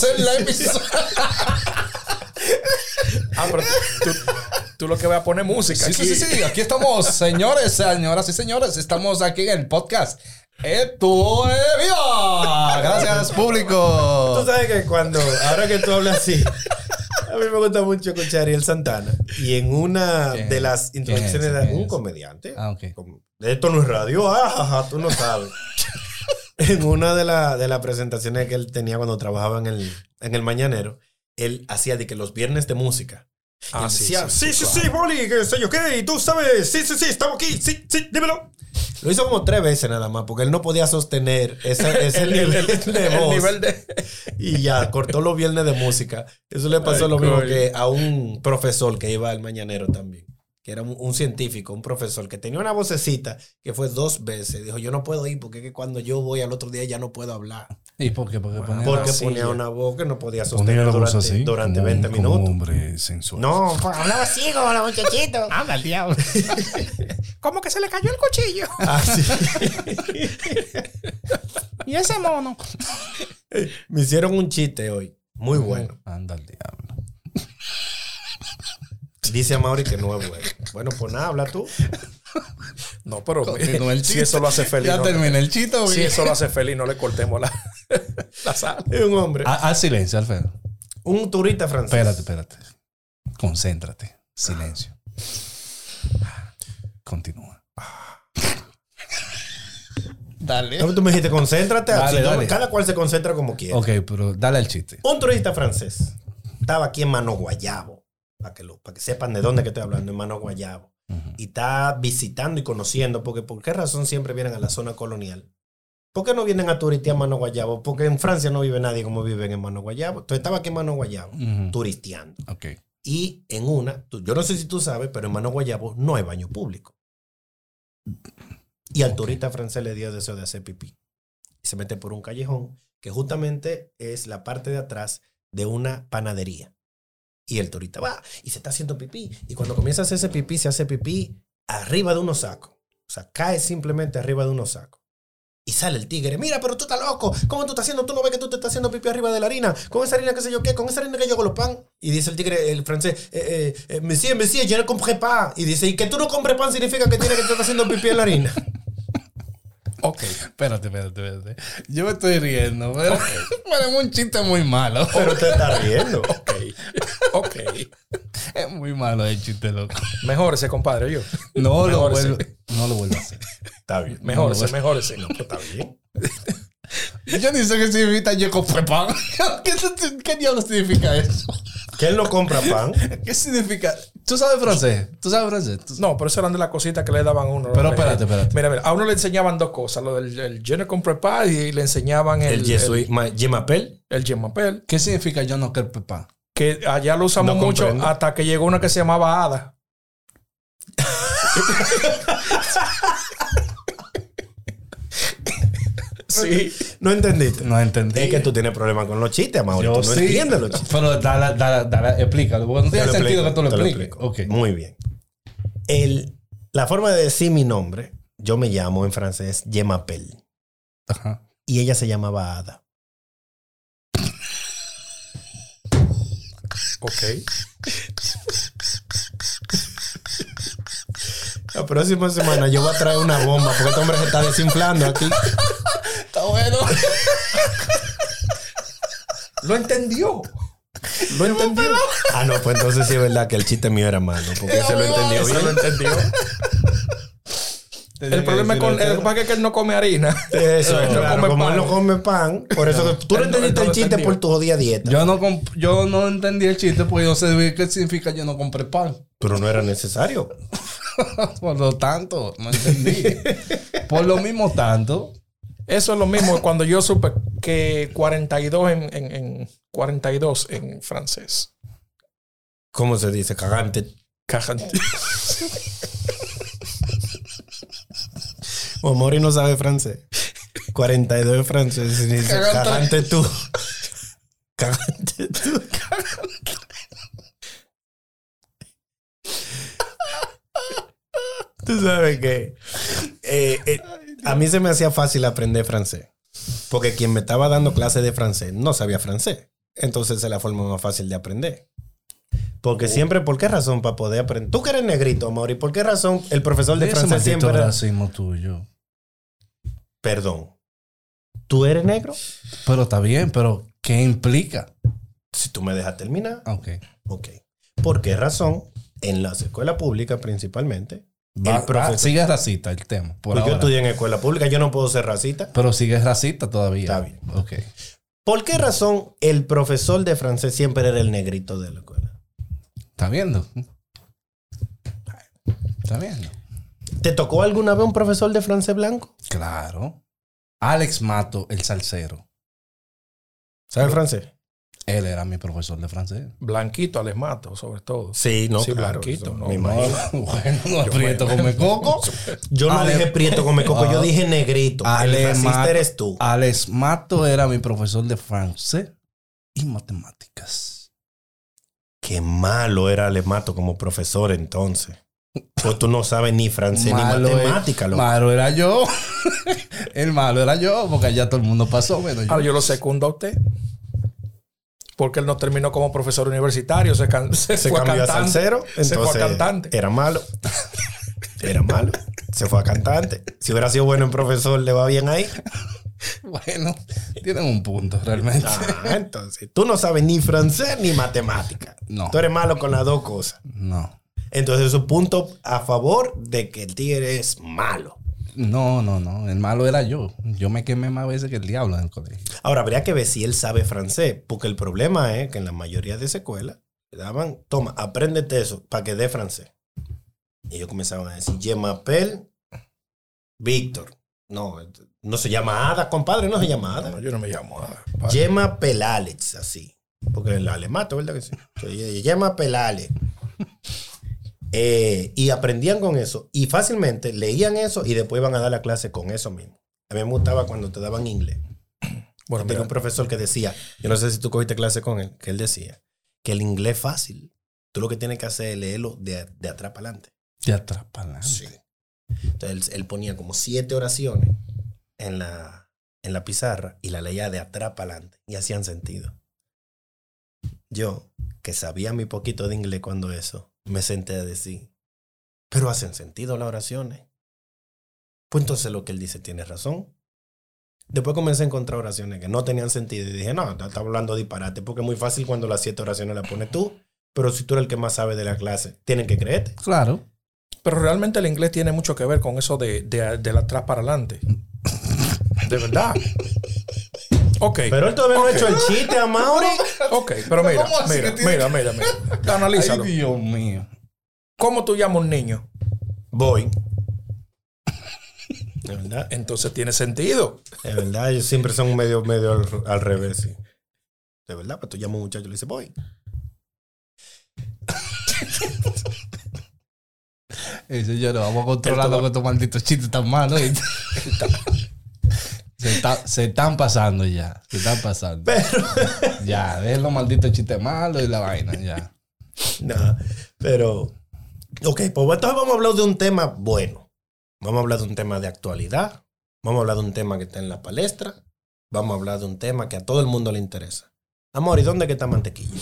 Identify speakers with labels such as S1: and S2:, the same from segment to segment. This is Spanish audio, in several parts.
S1: hacer la emisora.
S2: Ah, pero tú, tú lo que voy a poner música.
S1: Sí,
S2: aquí.
S1: sí, sí, sí, aquí estamos, señores, señoras y señores, estamos aquí en el podcast. ¡Esto es viva! Gracias,
S3: Tú
S1: público.
S3: sabes que cuando, ahora que tú hablas así, a mí me gusta mucho escuchar a Ariel Santana. Y en una
S1: ¿Quién?
S3: de las introducciones
S1: ¿Quién es?
S3: de
S1: ¿Quién
S3: un
S1: es?
S3: comediante,
S1: Ah, ok.
S3: como, esto no es radio, ajaja, tú no sabes. en una de, la- de las presentaciones que él tenía cuando trabajaba en el, en el Mañanero, él hacía de que los viernes de música. Y
S2: Ah,
S3: él
S2: sí,
S3: decía,
S2: sí,
S3: sí,
S2: sí,
S3: sí, sí, Boli, que sé yo qué, y tú sabes, sí, sí, sí, estamos aquí, sí, sí, dímelo. Lo hizo como tres veces nada más, porque él no podía sostener ese, ese
S2: El, el-
S3: nivel
S2: el-
S3: de
S2: el
S3: voz
S2: nivel de.
S3: y ya cortó los viernes de música. Eso le pasó
S2: Ay,
S3: lo mismo
S2: coño.
S3: que a un profesor que iba al mañanero también, que era un, un científico, un profesor que tenía una vocecita que fue dos veces. Dijo, yo no puedo ir porque es que cuando yo voy al otro día ya no puedo hablar.
S1: ¿Y por qué? Porque ponía
S3: Porque
S1: la silla.
S3: ponía una voz que no podía
S4: Ponía
S3: sostener
S4: la voz
S3: durante,
S4: así.
S3: durante
S4: como un-
S3: 20
S4: Como un
S3: minutos.
S4: hombre sensual.
S3: No,
S5: Hablaba así como los muchachitos. Habla el diablo.
S2: ¿Cómo que se le cayó el cuchillo?
S3: así.
S5: Y ese mono.
S3: Me hicieron un chiste hoy. Muy bueno.
S1: Anda al diablo.
S3: Dice a Mauri que no es bueno. Bueno, pues nada, habla tú.
S2: No, pero
S1: Continúa el
S2: si
S1: chiste.
S2: eso lo hace feliz.
S1: Ya
S2: no-
S1: terminé el chito, güey.
S2: si eso lo hace feliz, no le cortemos la, la sal.
S3: Es un hombre.
S1: Ah, ah, silencio, Alfredo.
S3: Un turista francés.
S1: Espérate, espérate. Concéntrate. Silencio. Continúa. Dale.
S3: No, tú me dijiste, concéntrate.
S1: Dale,
S3: así, ¿no?
S1: dale.
S3: Cada cual se concentra como quiera.
S1: Ok, pero dale al chiste.
S3: Un turista francés estaba aquí en Mano Guayabo, para que, lo- para que sepan de dónde que estoy hablando, en Mano Guayabo. Y está visitando y conociendo, porque ¿por qué razón siempre vienen a la zona colonial? ¿Por qué no vienen a turistear a Mano Guayabo? Porque en Francia no vive nadie como viven en Mano Guayabo. Entonces estaba aquí en Mano Guayabo,
S1: Ujú.
S3: turisteando.
S1: Ok.
S3: Y en una, tú- yo no sé si tú sabes, pero en Mano Guayabo no hay baño público. Y al turista francés le dio deseo de hacer pipí. Y se mete por un callejón que justamente es la parte de atrás de una panadería. Y el turista va y se está haciendo pipí. Y cuando comienza a hacer ese pipí, se hace pipí arriba de unos sacos. O sea, cae simplemente arriba de unos sacos. Y sale el tigre. Mira, pero tú estás loco. ¿Cómo tú estás haciendo? Tú no ves que tú te estás haciendo pipí arriba de la harina. Con esa harina que sé yo qué, con esa harina que yo hago los pan. Y dice el tigre, el francés, eh, eh, eh, monsieur, monsieur, yo no compré pan. Y dice, y que tú no compres pan significa que tiene que estar haciendo pipí en la harina.
S1: Ok, espérate, espérate, espérate. Yo me estoy riendo, pero pero es un chiste muy malo.
S3: Pero te estás riendo.
S2: Ok. Ok.
S1: Es muy malo el chiste, loco.
S2: Mejórese, compadre. Yo.
S1: No lo
S2: Mejor sí.
S1: vuelvo, no lo vuelvo a hacer.
S3: Está bien.
S2: Mejórese,
S1: No,
S2: mejórese.
S3: Está bien.
S1: Yo ni sé qué significa yo compré pan. ¿Qué, qué diablo significa eso?
S3: Que él no compra pan.
S1: ¿Qué significa? ¿Tú sabes francés? ¿Tú sabes francés? ¿Tú-
S2: No, pero eso eran de las cositas que le daban a uno.
S1: Pero
S2: Mira,
S1: espérate, espérate.
S2: Mira, mira, a uno le enseñaban dos cosas: lo del el je ne compré pas y le enseñaban el.
S3: El Jesuí, ma- Je m'appelle.
S2: El, el je m'appelle,
S1: ¿Qué significa yo no compré pan?
S2: Que allá lo usamos
S3: No
S2: mucho
S3: comprendo.
S2: hasta que llegó una que se llamaba Ada. sí.
S3: No entendiste.
S1: No entendí.
S3: Es que tú tienes problemas con los chistes, Mauri.
S1: Yo
S3: Tú no
S1: sí,
S3: entiendes los chistes.
S1: Pero dale, dale, dale, explícalo. porque No
S3: Te
S1: tiene
S3: lo
S1: sentido
S3: explico,
S1: que tú lo
S3: te lo
S1: expliques.
S3: explico.
S1: Ok.
S3: Muy bien. El, la forma de decir mi nombre, yo me llamo en francés Je m'appelle.
S1: Ajá.
S3: Y ella se llamaba Ada.
S2: Ok.
S3: La próxima semana yo voy a traer una bomba porque este hombre se está desinflando aquí.
S1: Está bueno.
S2: Lo entendió. Lo entendió.
S3: Ah, no, pues entonces sí es verdad que el chiste mío era malo porque se lo entendió
S2: Se lo
S3: bien.
S2: entendió. El problema es con el lo que pasa es que él no come harina.
S3: Eso,
S2: No
S3: claro,
S2: come
S3: como
S2: pan.
S3: él no come pan, por eso tú
S2: él
S3: no
S2: no- él no
S3: entendiste
S2: lo
S3: el chiste
S2: entendió.
S3: por tu jodida dieta.
S1: Yo no, comp- yo no entendí el chiste porque yo sé qué significa yo no compré pan.
S3: Pero no era necesario.
S1: Por lo tanto, no entendí. Por lo mismo tanto,
S2: Eso es lo mismo que cuando yo supe que 42 en, en, en 42 en francés.
S3: ¿Cómo se dice? Cagante.
S2: Cajante.
S3: O Mori no sabe francés. 42 en francés. y dice,
S1: Cagante.
S3: Cagante tú. Cagante tú. Tú sabes que eh, eh, a mí se me hacía fácil aprender francés. Porque quien me estaba dando clases de francés no sabía francés. Entonces es la forma más fácil de aprender. Porque siempre, ¿por qué razón? Para poder aprender. Tú que eres negrito, Mauri, ¿por qué razón el profesor de francés siempre. era-
S1: racismo tuyo.
S3: Perdón. ¿Tú eres negro?
S1: Pero está bien, pero ¿qué implica? Ah,
S3: Si tú me dejas terminar.
S1: Ok.
S3: Ok. ¿Por qué razón? En las escuelas públicas principalmente.
S1: Va-
S3: el profesor.
S1: ah, sigue racista el tema. Por
S3: porque yo
S1: ahora.
S3: estudié en escuela pública, yo no puedo ser racista.
S1: Pero sigue racista todavía.
S3: Está bien.
S1: Ok.
S3: ¿Por qué razón el profesor de francés siempre era el negrito de la escuela?
S1: ¿Está viendo? ¿Está viendo?
S3: ¿Te tocó alguna vez un profesor de francés blanco?
S1: Claro. Alex Mato, el salsero.
S3: ¿Sabe francés?
S1: Él era mi profesor de francés.
S2: Blanquito, Alex Mato, sobre todo.
S3: Sí, no,
S2: Sí,
S3: claro.
S2: blanquito,
S3: eso
S2: no,
S3: me
S2: no.
S3: imagino.
S1: No, bueno, no aprieto come coco.
S3: Yo no
S1: Ale-
S3: dije prieto come coco, yo
S1: Ah.
S3: dije negrito.
S1: Ale-
S3: el racista
S1: ma-
S3: eres tú.
S1: Alex Mato era mi profesor de francés y matemáticas.
S3: Qué malo era Alemato como profesor entonces. Pues tú no sabes ni francés
S1: Malo
S3: ni
S1: es-
S3: matemática, loco.
S1: Malo era yo. el malo era yo, porque allá todo el mundo pasó. menos yo.
S2: Ahora Ah, yo lo secundo a usted. Porque él no terminó como profesor universitario, se, can- se
S3: se
S2: fue a
S3: cambió a
S2: cantante.
S3: salsero,
S2: se fue a
S3: entonces
S2: cantante.
S3: era malo. Era malo. Se fue a cantante. Si hubiera sido bueno en profesor, le va bien ahí.
S1: Bueno, tienen un punto realmente.
S3: Ah, entonces, tú no sabes ni francés ni matemática.
S1: No.
S3: Tú eres malo con las dos cosas.
S1: No.
S3: Entonces, es un punto a favor de que el tigre es malo.
S1: No, no, no. El malo era yo. Yo me quemé más veces que el diablo en el colegio.
S3: Ahora, habría que ver si él sabe francés, porque el problema es que en la mayoría de secuelas le daban, toma, apréndete eso para que dé francés. Y ellos comenzaban a decir, Je m'appelle Víctor. No, no se llama Ada, compadre, no se llama
S2: No,
S3: Ada.
S2: yo no me llamo. ah,
S3: Je m'appelle Alex, así. Porque el alemato, ¿verdad que sí? Entonces, Je m'appelle Alex. Eh, y aprendían con eso. Y fácilmente leían eso y después iban a dar la clase con eso mismo. A mí me gustaba cuando te daban inglés.
S2: Bueno,
S3: Tenía
S2: mira,
S3: un profesor que decía, yo no sé si tú cogiste clase con él, que él decía que el inglés es fácil. Tú lo que tienes que hacer es leerlo de, de atrás para adelante.
S1: Te atrapan.
S3: Entonces él, él ponía como siete oraciones en la, en la pizarra y la leía de atrás para adelante y hacían sentido. Yo, que sabía mi poquito de inglés cuando eso, me senté a decir, pero hacen sentido las oraciones. Pues entonces lo que él dice tiene razón. Después comencé a encontrar oraciones que no tenían sentido y dije, no, no está hablando disparate porque es muy fácil cuando las siete oraciones las pones tú, pero si tú eres el que más sabe de la clase, tienen que creerte.
S1: Claro.
S2: Pero realmente el inglés tiene mucho que ver con eso de, de, de la atrás para adelante. De verdad. Ok.
S3: Pero él todavía
S2: Ok.
S3: no ha hecho el chiste a Mauri.
S2: Ok, pero mira,
S1: ¿Cómo así
S2: mira,
S1: que tiene-
S2: mira, mira, mira. Analízalo.
S1: Ay, Dios mío.
S2: ¿Cómo tú llamas a un niño?
S3: Voy. De verdad,
S2: Entonces tiene sentido.
S3: de verdad, ellos siempre son medio, medio al, al revés. sí. De verdad, pues tú llamas a un muchacho y le dices, voy.
S1: Eso yo lo vamos controlando con estos malditos chistes tan malos. ¿oíste? se, está- se están pasando ya. Se están pasando.
S3: Pero,
S1: Ya, dejen los malditos chistes malos y la vaina. Ya.
S3: nada, pero, ok, pues entonces vamos a hablar de un tema bueno. Vamos a hablar de un tema de actualidad. Vamos a hablar de un tema que está en la palestra. Vamos a hablar de un tema que a todo el mundo le interesa. Amor, ¿y dónde que está mantequilla?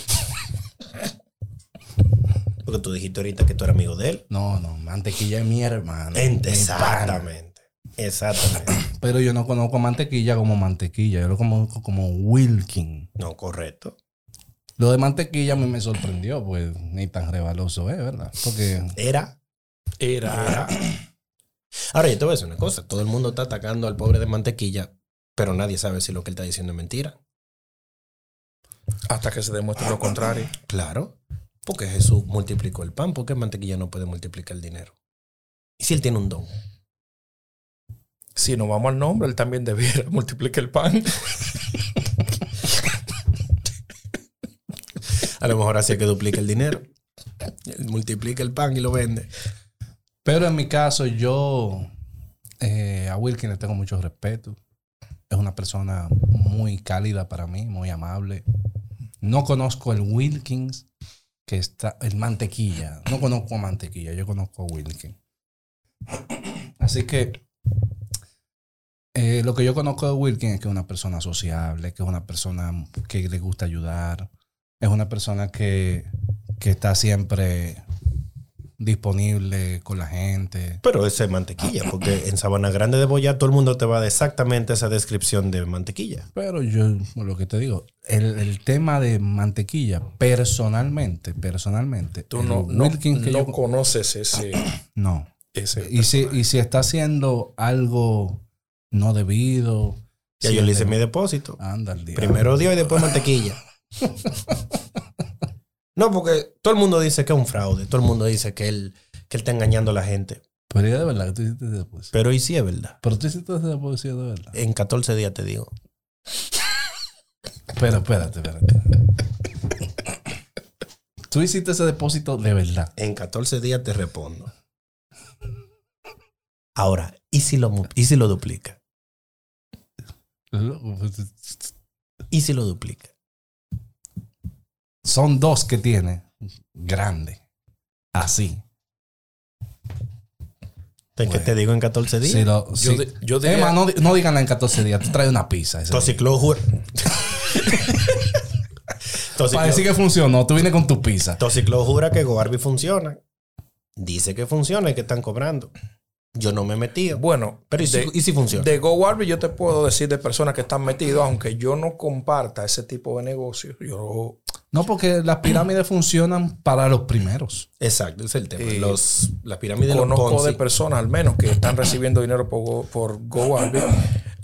S3: Porque tú dijiste ahorita que tú eres amigo de él.
S1: No, no. Mantequilla es mi hermano.
S3: Ente,
S1: mi pana.
S3: Exactamente. Exactamente.
S1: Pero yo no conozco mantequilla como mantequilla. Yo lo conozco como Wilkin.
S3: No, correcto.
S1: Lo de mantequilla a mí me sorprendió, pues ni tan rebaloso es, ¿verdad? Porque
S3: Era.
S2: Era.
S3: Ahora, yo te voy a decir una cosa. Todo el mundo está atacando al pobre de mantequilla, pero nadie sabe si lo que él está diciendo es mentira.
S2: Hasta que se demuestre lo contrario.
S3: Claro. Porque Jesús multiplicó el pan. porque mantequilla no puede multiplicar el dinero? ¿Y si él tiene un don?
S2: Si nos vamos al nombre, él también debiera multiplicar el pan.
S3: A lo mejor así es que duplica el dinero. Él multiplica el pan y lo vende.
S1: Pero en mi caso, yo eh, a Wilkin le tengo mucho respeto. Es una persona muy cálida para mí, muy amable. No conozco el Wilkins, que está, el mantequilla. No conozco a mantequilla, yo conozco a Wilkin. Así que eh, lo que yo conozco de Wilkin es que es una persona sociable, que es una persona que le gusta ayudar, es una persona que, que está siempre disponible con la gente.
S3: Pero ese es mantequilla, porque en Sabana Grande de Boyá todo el mundo te va a dar exactamente esa descripción de mantequilla.
S1: Pero yo, lo que te digo, el, el tema de mantequilla, personalmente, personalmente,
S2: Tú
S1: el
S2: no, no,
S1: Wilkin que
S2: no
S1: yo-
S2: conoces ese.
S1: no.
S2: ese
S1: Y si, y si está haciendo algo no debido.
S3: Ya
S1: si
S3: yo le hice
S1: el-
S3: mi depósito.
S1: Anda al diablo.
S3: Primero Dios y después mantequilla. No, porque todo el mundo dice que es un fraude, todo el mundo dice que él, que él está engañando a la gente.
S1: Pero ya de verdad que tú hiciste ese depósito.
S3: Pero y sí es verdad.
S1: Pero tú hiciste ese depósito de verdad.
S3: En 14 días te digo.
S1: Pero espérate, espérate. Tú hiciste ese depósito de verdad.
S3: En 14 días te respondo. Ahora, ¿y si lo, mu- y si lo duplica? ¿Y si lo duplica?
S1: Son dos que tiene. Grande. Así.
S3: ¿De ¿Qué
S1: Bueno.
S3: te digo en 14 días?
S1: Si lo-
S2: yo,
S1: si-
S2: di- yo diría-
S1: Emma, no, di- no digan en 14 días. Tú traes una pizza. ese día.
S3: Toxiclo jura.
S1: Para decir
S3: Toxiclo,
S1: que funcionó, tú vienes con tu pizza.
S3: Toxiclo jura que Goarbi funciona. Dice que funciona y que están cobrando. Yo no me he metido.
S2: bueno,
S3: Pero ¿y si,
S2: de,
S3: y si funciona?
S2: de GoWarby yo te puedo decir de personas que están metidas, aunque yo no comparta ese tipo de negocios. Yo
S1: No, porque las pirámides funcionan para los primeros.
S3: Exacto, ese es el tema.
S2: Eh,
S3: los, las pirámides de los
S2: conozco
S3: Ponzi.
S2: de personas al menos que están recibiendo dinero por, Go- por GoWarby.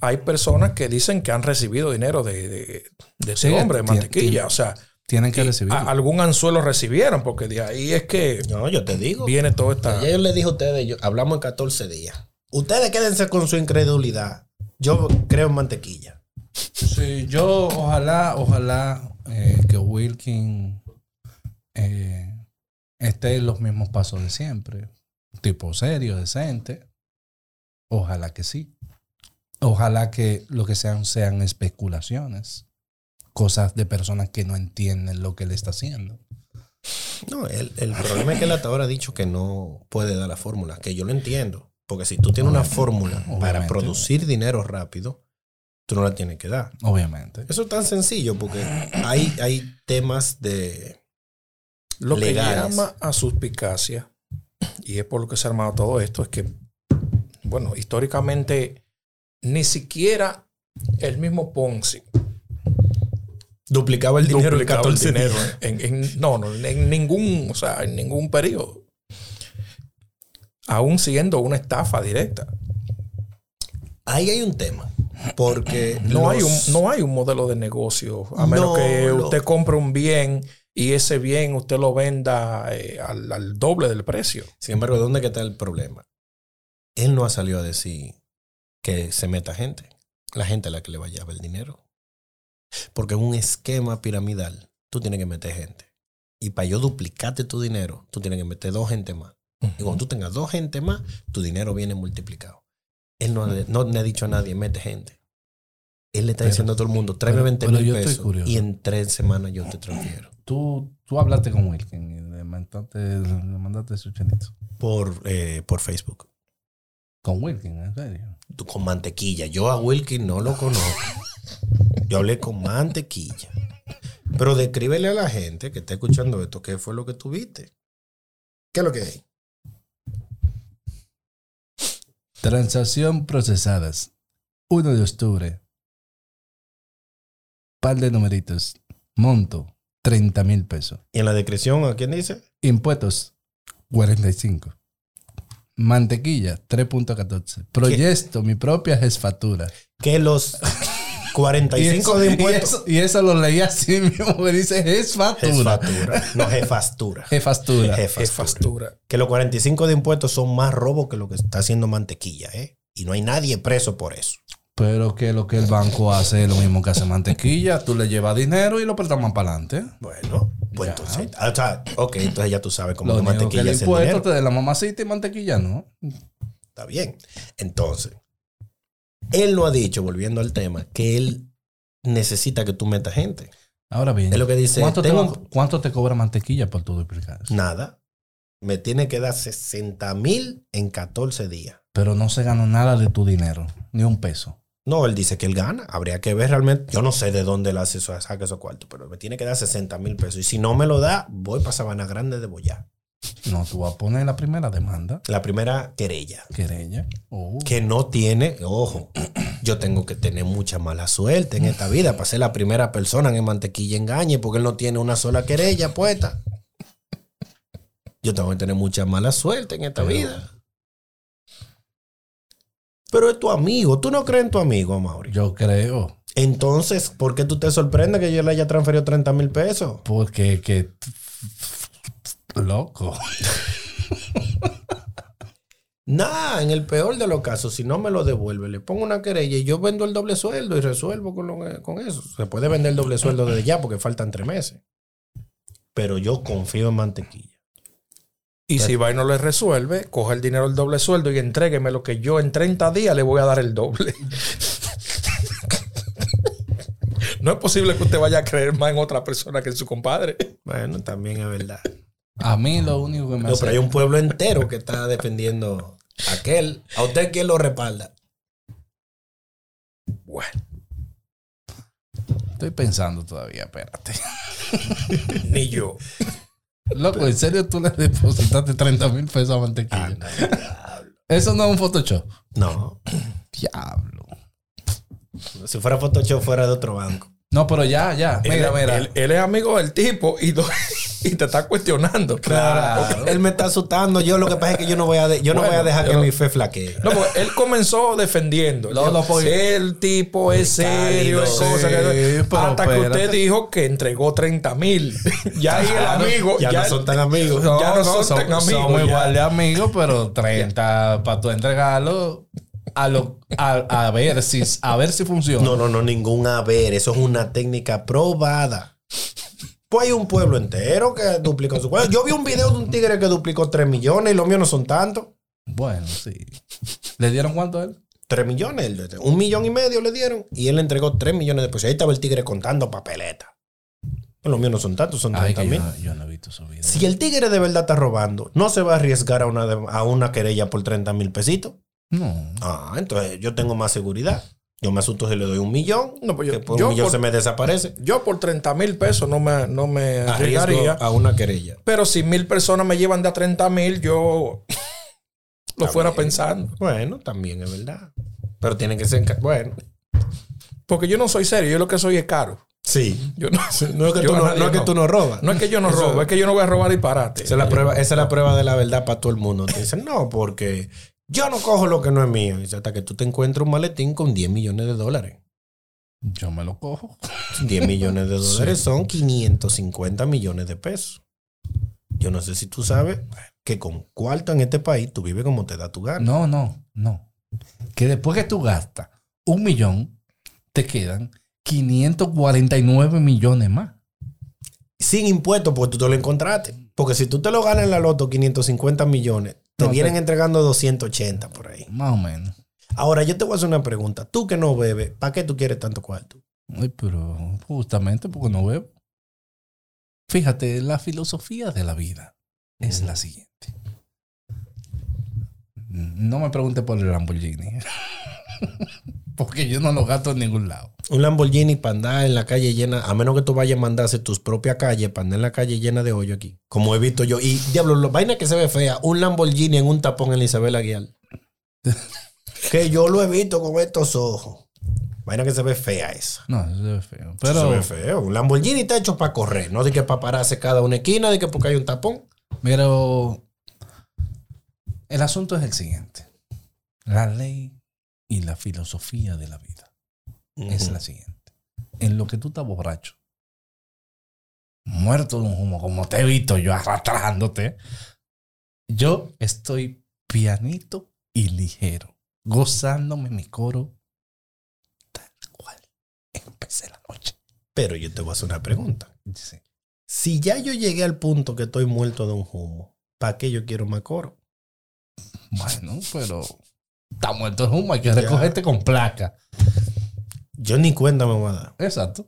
S2: Hay personas que dicen que han recibido dinero de, de, de ese
S1: Sí,
S2: hombre, de
S1: tien-
S2: mantequilla.
S1: tiene-
S2: O sea,
S1: Tienen que
S2: y
S1: recibirlo.
S2: a- algún anzuelo recibieron, porque de ahí es que
S3: No, yo te digo.
S2: viene toda esta.
S3: Ayer yo le dije a ustedes, yo- hablamos en 14 días. Ustedes quédense con su incredulidad. Yo creo en mantequilla.
S1: Sí, yo ojalá, ojalá eh, que Wilkin eh, esté en los mismos pasos de siempre. Tipo serio, decente. Ojalá que sí. Ojalá que lo que sean sean especulaciones. Cosas de personas que no entienden lo que él está haciendo.
S3: No, el, el problema es que él hasta ahora ha dicho que no puede dar la fórmula, que yo lo entiendo. Porque si tú tienes una
S1: Obviamente,
S3: fórmula para
S1: obviamente.
S3: producir dinero rápido, tú no la tienes que dar.
S1: Obviamente.
S3: Eso es tan sencillo porque hay, hay temas de...
S2: Lo que
S3: legales.
S2: llama a suspicacia, y es por lo que se ha armado todo esto, es que, bueno, históricamente ni siquiera el mismo Ponzi
S3: Duplicaba el dinero.
S2: duplicaba el
S3: 14
S2: dinero. ¿eh? En, en- no, no, en ningún, o sea, en ningún periodo. Aún siendo una estafa directa.
S3: Ahí hay un tema. Porque
S2: No, hay, un,
S3: los-
S2: no hay un modelo de negocio, a
S3: No,
S2: menos que
S3: lo-
S2: usted compre un bien y ese bien usted lo venda eh, al- al doble del precio.
S3: Sin embargo, ¿dónde que está el problema? Él no ha salido a decir que se meta gente. La gente a la que le vaya a llevar el dinero. Porque en un esquema piramidal, tú tienes que meter gente. Y para yo duplicarte tu dinero, tú tienes que meter dos gente más. Y cuando tú tengas dos gente más, tu dinero viene multiplicado. Él no, le- no le ha dicho a nadie, mete gente. Él le está
S1: Pero-
S3: diciendo a todo el mundo, tráeme
S1: pero-
S3: 20
S1: pero
S3: mil
S1: yo estoy
S3: pesos
S1: curioso.
S3: y en tres semanas yo te transfiero.
S1: Tú, tú hablaste con Wilkin y le mandaste, le mandaste su chelito.
S3: Por, eh, por Facebook.
S1: Con Wilkin, en serio.
S3: Tú con mantequilla. Yo a Wilkin no lo conozco. Yo hablé con mantequilla. Pero descríbele a la gente que está escuchando esto qué fue lo que tuviste. ¿Qué es lo que hay?
S1: Transacción procesadas. 1 de octubre. Par de numeritos. Monto. 30 mil pesos.
S3: Y en la descripción, ¿a quién dice?
S1: Impuestos. 45. Mantequilla. 3.14. Proyecto. Mi propia jefatura.
S3: Que los 45 de impuestos.
S1: Y eso, y eso lo leí así mismo. Que dice jefatura.
S3: Jefatura. No, jefastura.
S1: Jefastura.
S3: Jefastura.
S2: Es factura.
S3: Que los 45 de impuestos son más robos que lo que está haciendo mantequilla, ¿eh? Y no hay nadie preso por eso.
S1: Pero que lo que el banco hace es lo mismo que hace mantequilla. Tú le llevas dinero y lo prestaman para adelante.
S3: Bueno, pues
S1: Ya.
S3: entonces. ah, o sea, ok, entonces ya tú sabes cómo
S1: Lo único que
S3: mantequilla
S1: le
S3: es el dinero.
S1: impuesto te de la mamacita y mantequilla, ¿no?
S3: Está bien. Entonces, él no ha dicho, volviendo al tema, que él necesita que tú metas gente.
S1: Ahora bien,
S3: Es lo que dice.
S1: ¿cuánto,
S3: tengo
S1: te va- cuánto te cobra mantequilla por tu duplicar?
S3: Nada. Me tiene que dar 60 mil en 14 días.
S1: Pero no se ganó nada de tu dinero, ni un peso.
S3: No, él dice que él gana. Habría que ver realmente. Yo no sé de dónde él hace eso, saca esos cuartos, pero me tiene que dar 60 mil pesos. Y si no me lo da, voy para Sabana Grande de Boyá.
S1: No, tú vas a poner la primera demanda.
S3: La primera querella.
S1: Querella. Oh.
S3: Que no tiene, ojo, yo tengo que tener mucha mala suerte en esta vida para ser la primera persona en el mantequilla engañe, porque él no tiene una sola querella puesta. Yo tengo que tener mucha mala suerte en esta
S1: Pero-
S3: vida. Pero es tu amigo. ¿Tú no crees en tu amigo, Mauri?
S1: Yo creo.
S3: Entonces, ¿por qué tú te sorprendes que yo le haya transferido 30 mil pesos?
S1: Porque que. Loco.
S3: Nah, en el peor de los casos, si no me lo devuelve, le pongo una querella y yo vendo el doble sueldo y resuelvo con, lo que- con eso. Se puede vender el doble sueldo desde ya porque faltan tres meses. Pero yo confío en mantequilla.
S2: Y si va y no le resuelve, coge el dinero del doble sueldo y entrégueme lo que yo en 30 días le voy a dar el doble. no es posible que usted vaya a creer más en otra persona que en su compadre.
S3: Bueno, también es verdad.
S1: A mí lo único que me
S3: No,
S1: hace.
S3: pero hay un pueblo entero que está defendiendo a aquel. ¿A usted quién lo respalda?
S2: Bueno,
S1: Estoy pensando todavía, espérate.
S2: ni yo.
S1: Loco, ¿en serio tú le depositaste 30 mil pesos a mantequilla? Eso no es un Photoshop.
S3: No,
S1: Diablo.
S3: si fuera Photoshop fuera de otro banco.
S1: No, pero ya, ya. Mira,
S2: él,
S1: mira.
S2: él- él es amigo del tipo y, do- y te está cuestionando.
S3: Claro. Él me está asustando. Yo lo que pasa es que yo no voy a, de- yo no
S2: Bueno,
S3: voy a dejar que
S2: yo-
S3: mi fe flaquee.
S2: No, porque él comenzó defendiendo.
S1: No, no, porque-
S2: el tipo es serio,
S3: cálido,
S2: es cosa
S1: sí,
S2: que-
S1: pero
S2: Hasta que usted
S1: espérate.
S2: dijo que entregó 30 mil. ya ahí el amigo.
S3: ya, no son tan amigos.
S2: No, ya no
S1: son-
S2: son tan amigos,
S1: somos
S2: ya.
S1: igual de amigos, pero 30 para tú entregarlo a, lo, a, a ver si a ver si funciona.
S3: No, no, no, ningún haber. Eso es una técnica probada. Pues hay un pueblo entero que duplicó su cuerpo. Yo vi un video de un tigre que duplicó 3 millones y los míos no son tantos.
S1: Bueno, sí. ¿Le dieron cuánto a él?
S3: 3 millones, el de- un millón y medio le dieron y él le entregó 3 millones de pesos. Ahí estaba el tigre contando papeletas. Pues Los míos no son tantos, son
S1: Ay,
S3: 30
S1: que yo,
S3: mil.
S1: no- yo no he visto su vida.
S3: Si el tigre de verdad está robando, no se va a arriesgar a una, de- a una querella por 30 mil pesitos.
S1: No.
S3: Ah, entonces yo tengo más seguridad. Yo me asusto si le doy un millón,
S2: No, pues yo-
S3: que por
S2: yo
S3: un millón
S2: por-
S3: se me desaparece.
S2: Yo por 30 mil pesos no me, no me
S3: Arriesgo
S2: arriesgaría.
S3: a una querella.
S2: Pero si mil personas me llevan de a 30 mil, yo lo fuera pensando.
S3: Bueno, también es verdad. Pero tiene que ser. ca- Bueno,
S2: Porque yo no soy serio, yo lo que soy es caro.
S3: sí.
S2: Yo no,
S3: No es que,
S2: yo
S3: tú,
S2: a
S3: no,
S2: nadie
S3: no es que tú no robas.
S2: No es que yo no
S3: Eso-
S2: robo, es que yo no voy a robar disparate.
S3: Esa es la prueba, esa es la prueba de la verdad para todo el mundo. Te dicen, no, porque yo no cojo lo que no es mío. Dice, hasta que tú te encuentres un maletín con 10 millones de dólares.
S1: Yo me lo cojo.
S3: 10 millones de dólares son 550 millones de pesos. Yo no sé si tú sabes que con cuarto en este país tú vives como te da tu gana.
S1: No, no, no. Que después que tú gastas un millón, te quedan 549 millones más.
S3: Sin impuestos, porque tú te lo encontraste. Porque si tú te lo ganas en la loto, 550 millones, te
S1: No,
S3: vienen
S1: te-
S3: entregando 280 por ahí.
S1: Más o menos.
S3: Ahora, yo te voy a hacer una pregunta. Tú que no bebes, ¿para qué tú quieres tanto cuarto?
S1: Ay, pero justamente porque no veo. Fíjate, la filosofía de la vida es la siguiente. No me pregunte por el Lamborghini. porque yo no lo gasto en ningún lado.
S3: Un Lamborghini para andar en la calle llena, a menos que tú vayas a mandarse tus propias calles para andar en la calle llena de hoyo aquí. Como he visto yo. Y diablo, la vaina que se ve fea, un Lamborghini en un tapón en la Isabel Aguilar. que yo lo he visto con estos ojos. Vaina que se ve fea esa.
S1: No, eso se ve feo.
S3: Eso
S1: Pero,
S3: se ve feo. Un Lamborghini está hecho para correr, no de que para pararse cada una esquina, de que porque hay un tapón.
S1: pero el asunto es el siguiente. La ley y la filosofía de la vida es la siguiente. En lo que tú estás borracho, muerto de un humo, como te he visto yo arrastrándote, yo estoy pianito y ligero, gozándome mi coro tal cual empecé la noche.
S3: Pero yo te voy a hacer una pregunta.
S1: Dice,
S3: Si ya yo llegué al punto que estoy muerto de un humo, ¿para qué yo quiero más coro?
S1: bueno, pero está muerto el humo, hay que recogerte con placa.
S3: Yo ni cuenta me voy a dar.
S1: Exacto.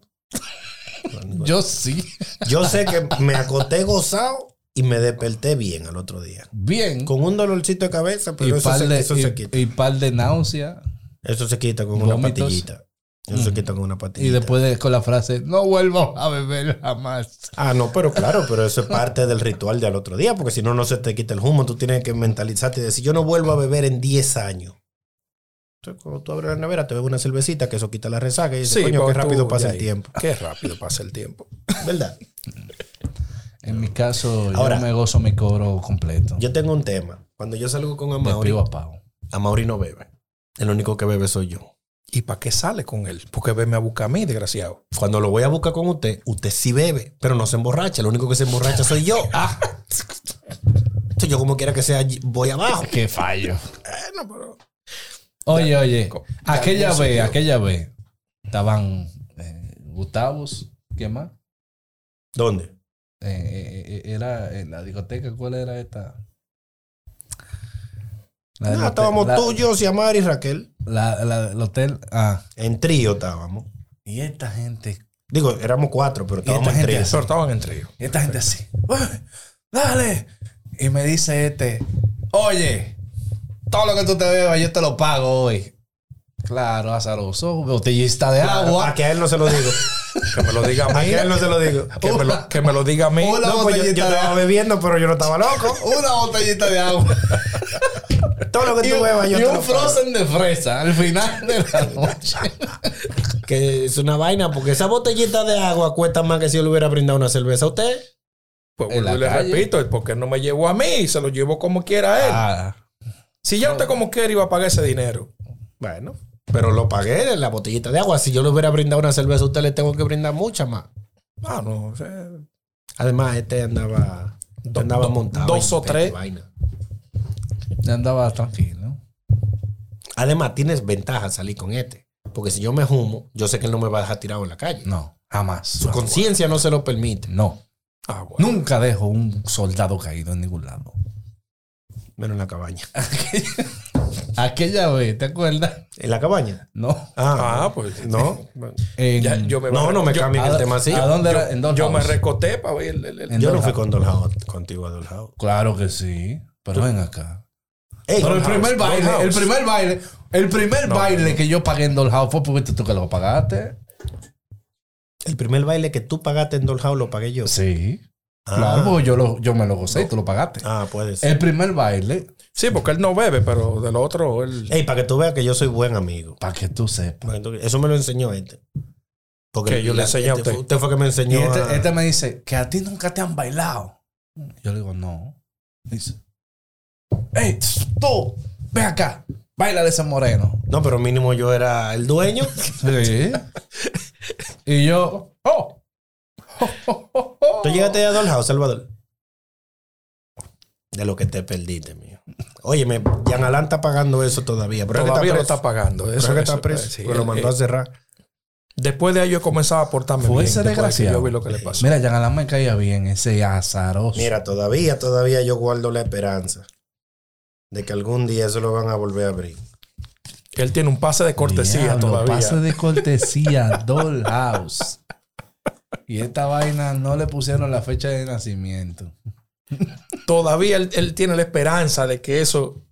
S1: Yo sí.
S3: Yo sé que me acosté gozado y me desperté bien al otro día.
S1: Bien.
S3: Con un dolorcito de cabeza,
S1: Y
S3: pero eso,
S1: par
S3: se,
S1: de,
S3: eso se quita.
S1: y, y par de náusea.
S3: Eso se quita con una
S1: Vómitos.
S3: patillita. Eso se quita con una patillita.
S1: Y después de- con la frase, no vuelvo a beber jamás.
S3: Ah, no, pero claro, pero eso es parte del ritual del otro día, porque si no, no se te quita el humo. Tú tienes que mentalizarte y decir, yo no vuelvo a beber en 10 años. Entonces, cuando tú abres la nevera, te bebes una cervecita, que eso quita la resaca y dices, coño, qué
S2: porque tú-
S3: rápido pasa
S2: ya
S3: el
S2: ahí.
S3: tiempo.
S2: Qué rápido pasa el tiempo.
S3: ¿Verdad?
S1: En mi caso,
S3: Ahora-
S1: yo me gozo mi coro completo.
S3: Yo tengo un tema. Cuando yo salgo con
S1: de
S3: Amauri,
S1: pivo a pavo.
S3: Amauri no bebe. El único que bebe soy yo.
S2: ¿Y para qué sale con él? Porque venme a buscar a mí, desgraciado.
S3: Cuando lo voy a buscar con usted, usted sí bebe, pero no se emborracha. Lo único que se emborracha soy yo. Ah. Entonces, yo como quiera que sea, voy abajo.
S1: Qué fallo.
S2: Bueno, pero
S1: Oye, oye.
S2: co-
S1: Aquella
S2: calmoso,
S1: vez,
S2: tío.
S1: aquella vez, estaban eh, Gustavos, ¿qué más?
S3: ¿Dónde?
S1: Eh, eh, eh, era en la discoteca, ¿cuál era esta? La del hotel-
S3: No, Ah, estábamos
S1: Ah, la-
S3: tú, yo, Xiomara y Raquel.
S1: La, la del hotel, ah.
S3: En trío estábamos.
S1: Y esta gente,
S3: Digo, éramos cuatro, pero estábamos
S1: esta
S3: en
S1: gente
S3: trío.
S2: pero estaban entre ellos.
S1: y esta gente así, "Ay, dale. Y me dice este, oye, todo lo que tú te bebas yo te lo pago hoy. Claro, azaroso, botellista de
S3: Agua.
S1: agua.
S3: Ah, A que a él no se lo digo.
S2: Que me lo diga a
S3: A
S2: mí.
S3: que a él no se lo digo.
S2: Que me lo, que me lo diga a mí.
S1: Hola.
S3: No, pues yo, yo estaba bebiendo, pero yo no estaba loco.
S1: Una botellita de agua.
S3: Todo lo que
S1: y,
S3: tú bebas, yo
S1: y
S3: te
S1: un
S3: lo pago.
S1: frozen de fresa al final de la noche.
S3: Que es una vaina, porque esa botellita de agua cuesta más que si yo le hubiera brindado una cerveza a usted.
S2: Pues
S1: En la
S2: vuelvo y le
S1: calle.
S2: repito, porque no me llevó a mí, se lo llevo como quiera a él.
S1: Ah,
S2: si ya usted como quiera iba a pagar ese dinero.
S3: Bueno, pero lo pagué en la botellita de agua. Si yo le hubiera brindado una cerveza a usted, le tengo que brindar mucha más.
S2: Ah, no, o sea,
S3: Además, este andaba,
S2: Do-
S3: andaba
S2: do-
S3: montado.
S2: dos
S3: en
S2: o
S3: pecho,
S2: tres.
S3: vaina.
S1: ya andaba tranquilo.
S3: Además, tienes ventaja salir con este. Porque si yo me humo, yo sé que él no me va a dejar tirado en la calle.
S1: No, jamás.
S3: Su conciencia no se lo permite.
S1: No.
S2: ah, bueno.
S1: Nunca dejo un soldado caído en ningún lado.
S3: Menos en la cabaña.
S1: Aquella vez, ¿te acuerdas?
S3: ¿En la cabaña?
S1: No.
S2: Ah, pues
S3: No.
S2: no.
S1: En-
S2: Ya, yo me
S3: No, no me
S2: yo-
S3: cambien
S1: ¿A,
S3: el tema así.
S1: ¿a dónde
S2: yo,
S1: era? En Dollhouse.
S2: yo me recoté para ver el- el- el-
S1: En
S3: Yo no
S1: Dollhouse.
S3: fui con Dolhouse contigo a Dolhouse.
S1: Claro que sí. Pero ven acá.
S3: Ey,
S1: Pero el
S3: Dollhouse,
S1: primer baile, el
S3: Dollhouse.
S1: primer baile, el primer baile que yo pagué en Dollhouse fue porque tú que lo pagaste.
S3: El primer baile que tú pagaste en Dolhouse lo pagué yo.
S1: Sí.
S3: Ah.
S1: Claro, porque yo, lo, yo me lo gocé y tú lo pagaste.
S3: Ah, puede ser.
S1: El primer baile,
S2: Sí, porque él no bebe, pero del otro él.
S3: Ey, para que tú veas que yo soy buen amigo.
S1: para que tú sepas.
S3: Para que tú- Eso me lo enseñó este. Porque
S2: Que yo le enseñé a
S3: este
S2: usted.
S3: fue- Usted fue que me
S1: Y
S3: enseñó. a-
S1: este, este me dice, que a ti nunca te han bailado. Yo le digo, no. Dice, hey, tú, ven acá, baila de ese moreno.
S3: No, pero mínimo yo era el dueño.
S1: Sí. y yo, oh.
S3: Tú llegaste a Dollhouse, Salvador. De lo que te perdiste, mío. Óyeme, Jan Alán está pagando eso todavía. Pero es que
S2: Todavía lo
S3: preso.
S2: está pagando.
S3: Pero es
S2: Eso
S3: que
S2: eso-
S3: está preso.
S2: sí, eh,
S3: porque lo
S2: él-
S3: mandó a
S2: él-
S3: cerrar.
S2: Después de ahí yo comenzaba a portarme
S1: Fue
S2: bien,
S1: ese
S2: después de que
S1: desgraciado.
S2: Yo vi lo que le pasó.
S1: Mira, Jan Alain me caía bien, ese azaroso.
S3: Mira, todavía, todavía yo guardo la esperanza de que algún día eso lo van a volver a abrir.
S2: Él tiene un pase de cortesía
S1: Diablo,
S2: todavía.
S1: Pase de cortesía, Dollhouse. Y esta vaina no le pusieron la fecha de nacimiento.
S2: Todavía él, él tiene la esperanza de que eso.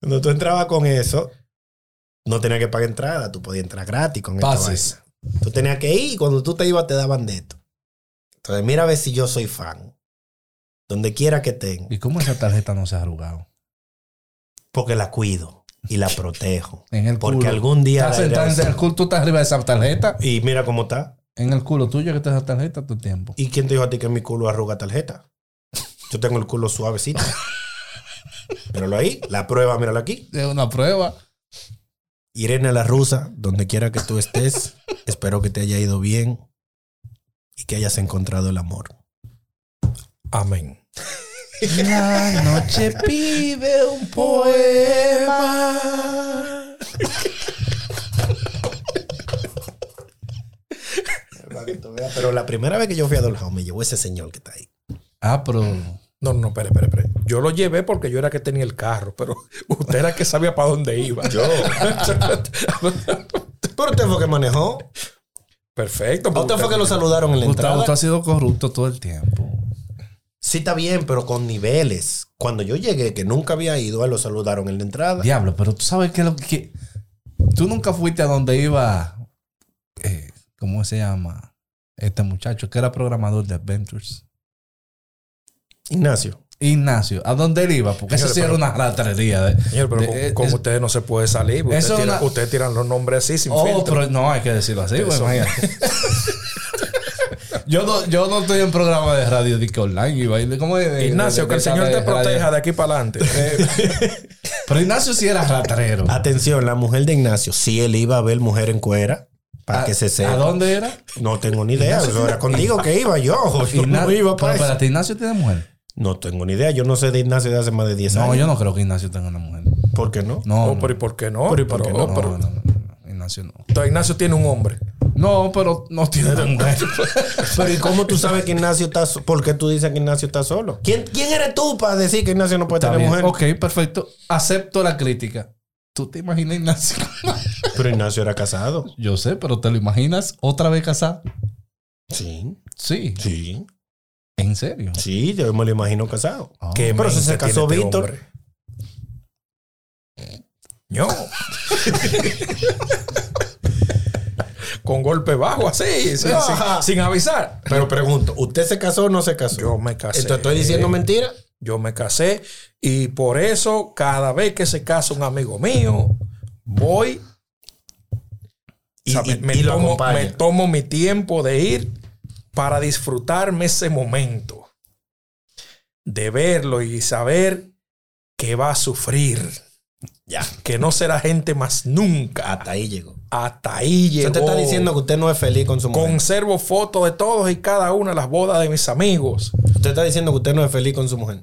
S3: Cuando tú entrabas con eso, no tenías que pagar entrada, tú podías entrar gratis con esta
S1: Pases.
S3: vaina. Tú tenías que ir y cuando tú te ibas te daban de esto. Entonces, mira a ver si yo soy fan. Donde quiera que tenga.
S1: ¿Y cómo esa tarjeta no se ha arrugado?
S3: Porque la cuido y la protejo.
S1: En el
S3: Porque
S1: culo.
S3: algún día...
S1: Estás
S3: la iré a
S1: sentado en
S3: usar.
S1: el culo, tú estás arriba de esa tarjeta.
S3: Y mira cómo está.
S1: En el culo tuyo que está esa tarjeta todo el tiempo.
S3: ¿Y quién te dijo a ti que mi culo arruga tarjeta? Yo tengo el culo suavecito. Míralo ahí, la prueba, míralo aquí.
S1: Es una prueba.
S3: Irene la rusa, donde quiera que tú estés, espero que te haya ido bien y que hayas encontrado el amor.
S2: Amén.
S1: La noche pide un poema.
S3: Pero la primera vez que yo fui a Dolhouse me llevó ese señor que está ahí.
S1: Ah, pero.
S2: No, no, no, espere, espere, espere. Yo lo llevé porque yo era que tenía el carro, pero usted era que sabía para dónde iba. Yo.
S3: Pero usted fue que manejó.
S2: Perfecto.
S3: A
S2: porque
S3: usted fue que lo saludaron en la
S1: Gustavo, tú
S3: entrada.
S1: has sido corrupto todo el tiempo.
S3: Sí, está bien, pero con niveles. Cuando yo llegué, que nunca había ido, a él lo saludaron en la entrada.
S1: Diablo, pero tú sabes que lo que. Tú nunca fuiste a donde iba, eh, ¿cómo se llama? Este muchacho que era programador de Adventures.
S3: Ignacio.
S1: Ignacio, ¿a dónde él iba? Porque eso
S2: Señores,
S1: sí era
S2: pero-
S1: una ratería. de-
S2: Señor, pero
S1: de-
S2: con,
S1: eh,
S2: con
S1: es-
S2: ustedes no se puede salir. porque
S1: Eso
S2: Ustedes
S1: es
S2: tiran,
S1: una-
S2: ustedes tiran los nombres así sin
S1: Oh,
S2: filtro.
S1: pero no, hay que decirlo así, güey.
S2: Eso.
S1: imagínate. Yo no, yo no estoy en programa de radio de que online. Y baile. ¿Cómo es? De-
S2: Ignacio,
S1: de-
S2: que
S1: de-
S2: el Señor
S1: de- de
S2: te
S1: radio.
S2: proteja de aquí para adelante.
S1: Eh, Pero Ignacio sí era ratrero.
S3: Atención, la mujer de Ignacio. Si él iba a ver mujer en cuera, para
S1: ¿A-
S3: que se sepa.
S1: ¿A dónde era?
S3: No tengo ni idea. Eso era contigo que iba yo.
S2: Pues
S3: Yo no iba para
S1: pero
S3: eso.
S1: espérate, Ignacio tiene mujer.
S3: No tengo ni idea. Yo no sé de Ignacio de hace más de 10
S1: No,
S3: años.
S1: yo no creo que Ignacio tenga una mujer.
S3: ¿Por qué no?
S1: No,
S2: Oh,
S1: no.
S2: pero ¿y por qué no?
S3: Pero, ¿y por qué
S2: oh,
S1: No,
S2: pero-
S1: no, no, no, Ignacio no.
S2: Entonces, Ignacio tiene un hombre.
S1: No, pero no tiene una mujer.
S3: Pero ¿y cómo tú sabes que Ignacio está solo? ¿Por qué tú dices que Ignacio está solo? ¿Quién, quién eres tú para decir que Ignacio no puede
S1: Está
S3: tener
S1: bien.
S3: mujer?
S1: Ok, perfecto. Acepto la crítica. ¿Tú te imaginas a Ignacio?
S3: Pero Ignacio era casado.
S1: Yo sé, pero ¿te lo imaginas otra vez casado?
S3: Sí.
S1: Sí.
S3: Sí.
S1: ¿En serio?
S3: Sí, yo me lo imagino casado.
S1: Ah.
S2: ¿Qué
S3: Pero si
S2: mente
S3: se
S2: tiene
S3: casó
S2: este
S3: Víctor.
S2: hombre? Ño. Con golpe bajo, así, sin,
S3: Ajá.
S2: sin- sin avisar.
S3: Pero pregunto, ¿usted se casó o no se casó?
S2: Yo me casé.
S3: ¿Te estoy diciendo mentira?
S2: Yo me casé y por eso cada vez que se casa un amigo mío, voy
S3: Y,
S2: O sea, me,
S3: y-
S2: me
S3: y lo
S2: tomo,
S3: acompaña.
S2: me tomo mi tiempo de ir para disfrutarme ese momento, de verlo y saber que va a sufrir,
S3: Ya,
S2: que no será gente más nunca.
S3: hasta ahí llegó.
S2: Hasta ahí llegó.
S3: Usted te está diciendo que usted no es feliz con su mujer.
S2: Conservo fotos de todos y cada una de las bodas de mis amigos.
S3: Usted está diciendo que usted no es feliz con su mujer.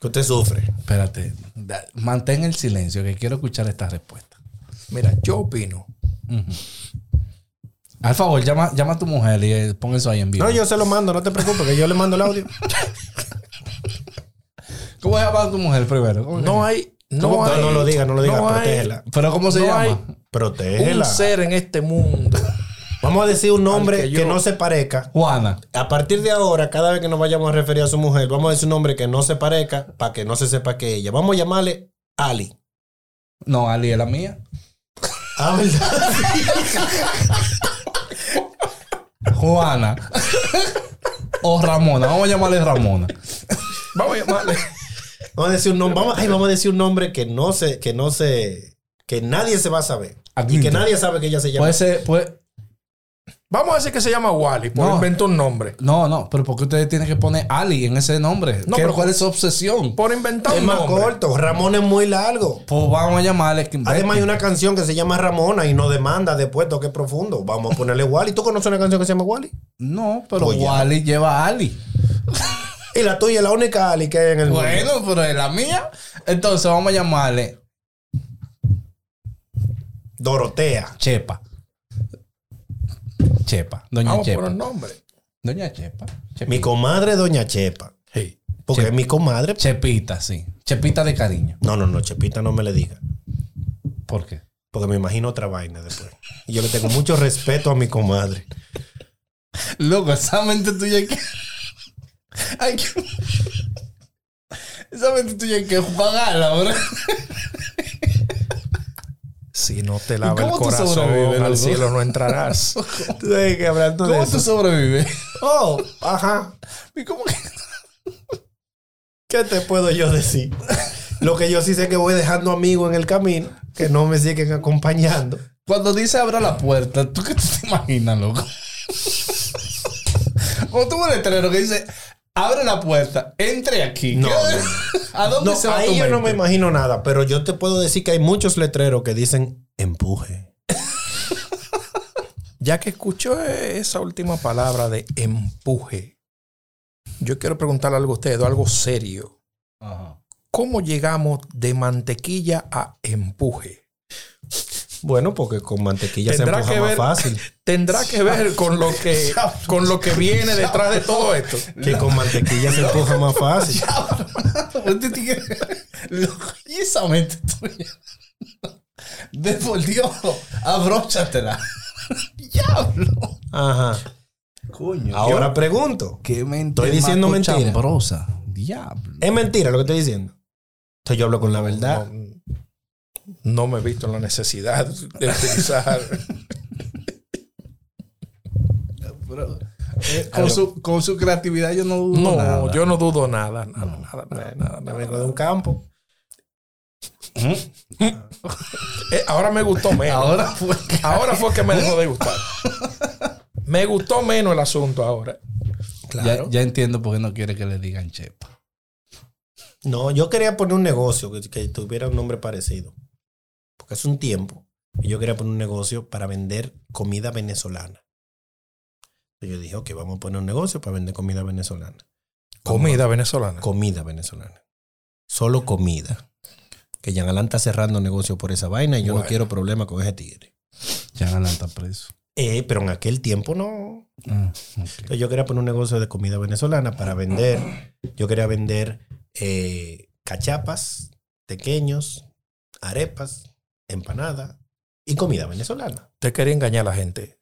S3: Que usted sufre.
S1: Espérate. Da- Mantén el silencio que quiero escuchar esta respuesta.
S2: Mira, yo opino.
S1: Ujú. Al favor, llama, llama a tu mujer y eh, pon eso ahí en vivo.
S3: No, yo se lo mando, no te preocupes, que yo le mando el audio.
S1: ¿Cómo se llama tu mujer primero? ¿Cómo se
S2: No
S1: llama?
S2: hay...
S3: ¿Cómo?
S2: No, hay,
S3: No, no lo diga, no lo diga,
S2: hay
S3: protégela.
S1: ¿Pero cómo se
S2: No
S1: llama?
S2: hay- un
S3: Protégela.
S2: ser en este mundo.
S3: Vamos a decir un nombre
S2: Al
S3: que,
S2: que yo-
S3: no se parezca.
S1: Juana.
S3: A partir de ahora, cada vez que nos vayamos a referir a su mujer, vamos a decir un nombre que no se parezca para que no se sepa que ella. Vamos a llamarle Ali.
S1: No, Ali es la mía.
S3: Ah, ¿verdad?
S1: Juana. o Ramona. Vamos a llamarle Ramona.
S2: Vamos a llamarle.
S3: Vamos a decir un nombre, vamos, ay, vamos a decir un nombre que no se, que no se, que nadie se va a saber.
S1: Aquí
S3: Y que
S1: está.
S3: nadie sabe que ella se llama.
S1: Puede ser, puede...
S2: Vamos a decir que se llama Wally, por
S1: No.
S2: inventar un nombre.
S1: No, no, pero ¿por qué ustedes tienen que poner Ali en ese nombre?
S2: No,
S1: ¿Qué-
S2: pero-
S1: ¿Cuál es su obsesión?
S2: Por inventar
S3: es
S2: un
S3: más
S2: nombre.
S3: corto. Ramón es muy largo.
S1: Pues vamos a llamarle. que-
S3: Además, hay una canción que se llama Ramona y no demanda después toque profundo. Vamos a ponerle Wally. ¿Tú conoces una canción que se llama Wally?
S1: No, pero
S3: Pues ya.
S1: Wally lleva a Ali.
S3: Y la tuya es la única Ali que hay en el mundo.
S1: Bueno, pero es la mía. Entonces vamos a llamarle
S3: Dorotea.
S1: Chepa. Chepa. Doña
S2: Vamos
S1: Chepa.
S2: por un nombre.
S1: Doña Chepa. Chepita.
S3: Mi comadre Doña Chepa. Porque
S1: Chepa.
S3: es mi comadre.
S1: Chepita, sí. Chepita de cariño.
S3: No, no, no, Chepita no me le diga.
S1: ¿Por qué?
S3: Porque me imagino otra vaina después. Y yo le tengo mucho respeto a mi comadre.
S1: Loco, esa mente tuya hay que. Hay que... Esa mente tuya hay que jugarla, bro.
S2: Si no te
S1: ¿Y
S2: lava el
S1: cómo tú sobrevives,
S2: corazón,
S1: loco?
S2: al cielo no entrarás.
S3: Tú sabes que hablando
S1: ¿Cómo tú sobrevives?
S3: Oh, ajá.
S1: ¿Y cómo que.?
S3: ¿Qué te puedo yo decir? Lo que yo sí sé que voy dejando amigos en el camino que no me siguen acompañando.
S1: Cuando dice abra la puerta, ¿tú qué tú te imaginas, loco? Cuando tú ves el letrero que dice abre la puerta, entre aquí.
S3: No,
S1: ¿Qué- ¿A dónde
S3: No,
S1: se va tu
S3: ahí yo no me
S1: mente?
S3: imagino nada, pero yo te puedo decir que hay muchos letreros que dicen empuje.
S2: Ya que escuchó esa última palabra de empuje, yo quiero preguntarle algo a ustedes, algo serio.
S1: Ajá.
S2: ¿Cómo llegamos de mantequilla a empuje?
S3: Bueno, porque con mantequilla se
S2: Tendrá
S3: empuja
S2: que
S3: más
S2: ver-
S3: fácil.
S2: Tendrá que ver con lo que, con lo que viene detrás de todo esto.
S3: Que con mantequilla se empuja más fácil.
S1: Ponte tigre. Loco, y esa mente tuya. De por Dios, abróchatela. Diablo.
S3: Ajá.
S1: Coño.
S3: Ahora pregunto.
S1: qué mente.
S3: Estoy diciendo
S1: más
S3: mentira.
S1: cochambrosa. Diablo.
S3: Es mentira lo que estoy diciendo. Entonces yo hablo con la verdad.
S2: No, No me he visto en la necesidad de utilizar.
S1: Pero, eh, con, su, con su creatividad yo no dudo
S2: No,
S1: nada.
S2: yo no dudo nada, nada, nada, nada, nada,
S3: Me
S2: nada.
S3: vengo de un campo.
S2: Eh, ahora me gustó menos.
S1: Ahora fue...
S2: Ahora fue que me dejó de gustar. Me gustó menos el asunto ahora.
S1: Ya, ya entiendo por qué no quiere que le digan chepa.
S3: No, yo quería poner un negocio que, que tuviera un nombre parecido. Porque hace un tiempo que yo quería poner un negocio para vender comida venezolana. Y yo dije, ok, vamos a poner un negocio para vender comida venezolana.
S2: Comida venezolana.
S3: Comida venezolana. Solo comida. Que Jan Alain está cerrando negocio por esa vaina y yo
S2: Bueno.
S3: no quiero problema con ese tigre.
S1: Ya Alan está preso.
S3: Eh, pero en aquel tiempo no.
S1: Ah, ok.
S3: Entonces yo quería poner un negocio de comida venezolana para vender. Yo quería vender eh, cachapas, pequeños, arepas, empanada y comida venezolana.
S2: Te quería engañar a la gente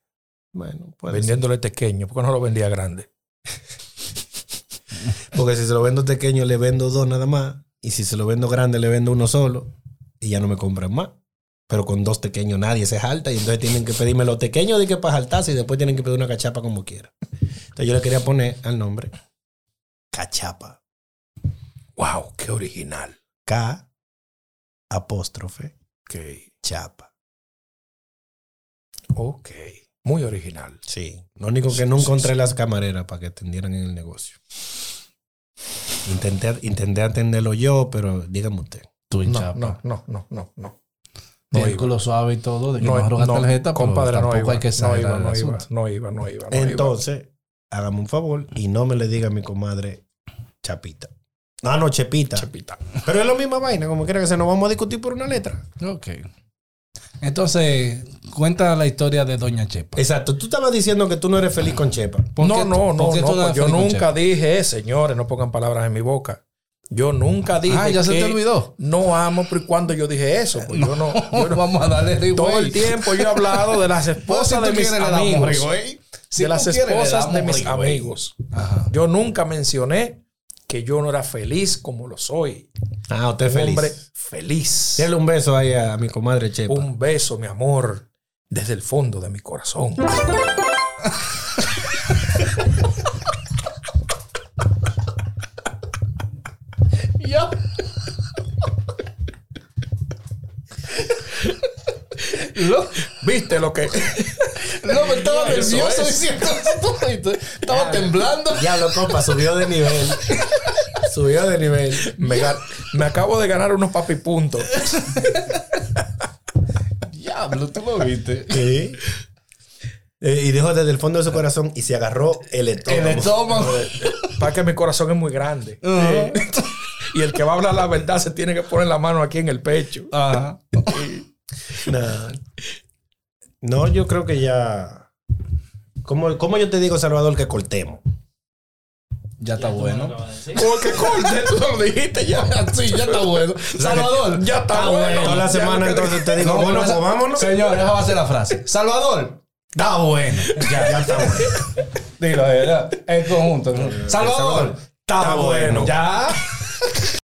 S3: Bueno, puede
S2: vendiéndole pequeño, porque no lo vendía grande.
S3: ser. Porque si se lo vendo pequeño, le vendo dos nada más. Y si se lo vendo grande, le vendo uno solo. Y ya no me compran más. Pero con dos pequeños nadie se jalta. Y entonces tienen que pedirme los pequeños de que para jaltarse. Y después tienen que pedir una cachapa como quiera. Entonces yo le quería poner al nombre cachapa.
S2: ¡Wow! ¡Qué original!
S3: K apóstrofe
S2: Ok.
S3: chapa.
S2: Ok. Muy original.
S3: Sí. Lo único que no encontré las camareras para que atendieran en el negocio. Intenté, intenté atenderlo yo, pero dígame usted.
S1: Tú y
S2: No,
S1: chapa.
S2: no, no, no, no, no. No
S1: Tiene
S2: iba.
S1: culo suave y todo, de que
S2: No,
S1: no, arroga
S2: no,
S1: tarjeta, pero
S2: compadre, no
S1: tampoco
S2: iba,
S1: hay que
S2: no
S1: exagerar
S2: iba,
S1: el
S2: no iba,
S1: asunto.
S2: no iba, no iba, no iba.
S3: Entonces, hágame un favor y no me le diga a mi comadre chapita. Ah, No, no, chepita.
S2: Chapita.
S3: Pero es la misma vaina, como quiera que sea, nos vamos a discutir por una letra.
S1: Ok. Entonces, cuenta la historia de Doña Chepa.
S3: Exacto. Tú estabas diciendo que tú no eres feliz con chepa.
S1: ¿Por
S2: Eh, no,
S1: qué-
S2: no,
S1: por
S2: no,
S1: qué tú
S2: no,
S1: eres
S2: pues Yo
S1: feliz con
S2: nunca
S1: Chepa?
S2: dije, eh, señores, no pongan palabras en mi boca. Yo nunca dije.
S1: Ah, ya se te
S2: que
S1: olvidó.
S2: No amo, pero cuando yo dije eso, pues yo no. yo no-
S1: Vamos a darle replay.
S2: todo el tiempo yo he hablado de las
S1: Pues, si
S2: esposas
S1: tú
S2: de mis
S1: quieres, le damos
S2: amigos.
S1: replay. Si
S2: de las
S1: tú quieres, le
S2: esposas de
S1: damos
S2: mis
S1: replay.
S2: amigos.
S1: Ajá.
S2: Yo nunca mencioné que yo no era feliz como lo soy.
S3: Ah, usted es
S2: Un hombre
S3: feliz.
S2: feliz.
S3: Dale un beso ahí a, a mi comadre chepa.
S2: Un beso, mi amor, desde el fondo de mi corazón.
S1: Yo. Lo-
S2: ¿Viste lo que?
S1: Loco, estaba
S2: Eso
S1: nervioso
S2: es.
S1: diciendo esto. Estaba temblando.
S3: Diablo, compa, subió de nivel. subió de nivel.
S2: Me, ga- me acabo de ganar unos papipuntos.
S1: Diablo, tú lo viste.
S3: Sí. Eh, y dijo desde el fondo de su corazón y se agarró el estómago.
S1: El estómago.
S2: Para que mi corazón es muy grande.
S1: Ajá.
S2: Y el que va a hablar la verdad se tiene que poner la mano aquí en el pecho.
S1: Ajá.
S3: Nah. No, yo creo que ya. ¿Cómo, cómo yo te digo, Salvador, que cortemos?
S1: Ya está bueno. Oh,
S2: Porque corte, tú lo dijiste ya.
S1: Sí, ya está bueno. Salvador.
S2: Ya está bueno.
S3: Toda la
S2: Ya lo
S3: semana
S2: que-
S3: entonces te digo, bueno, pues vámonos.
S1: Señor, esa va a ser la frase. Salvador. Está bueno.
S3: Ya, ya está bueno.
S1: Dilo, ¿verdad? En conjunto. ¿no? Salvador.
S3: Está bueno.
S1: Ya.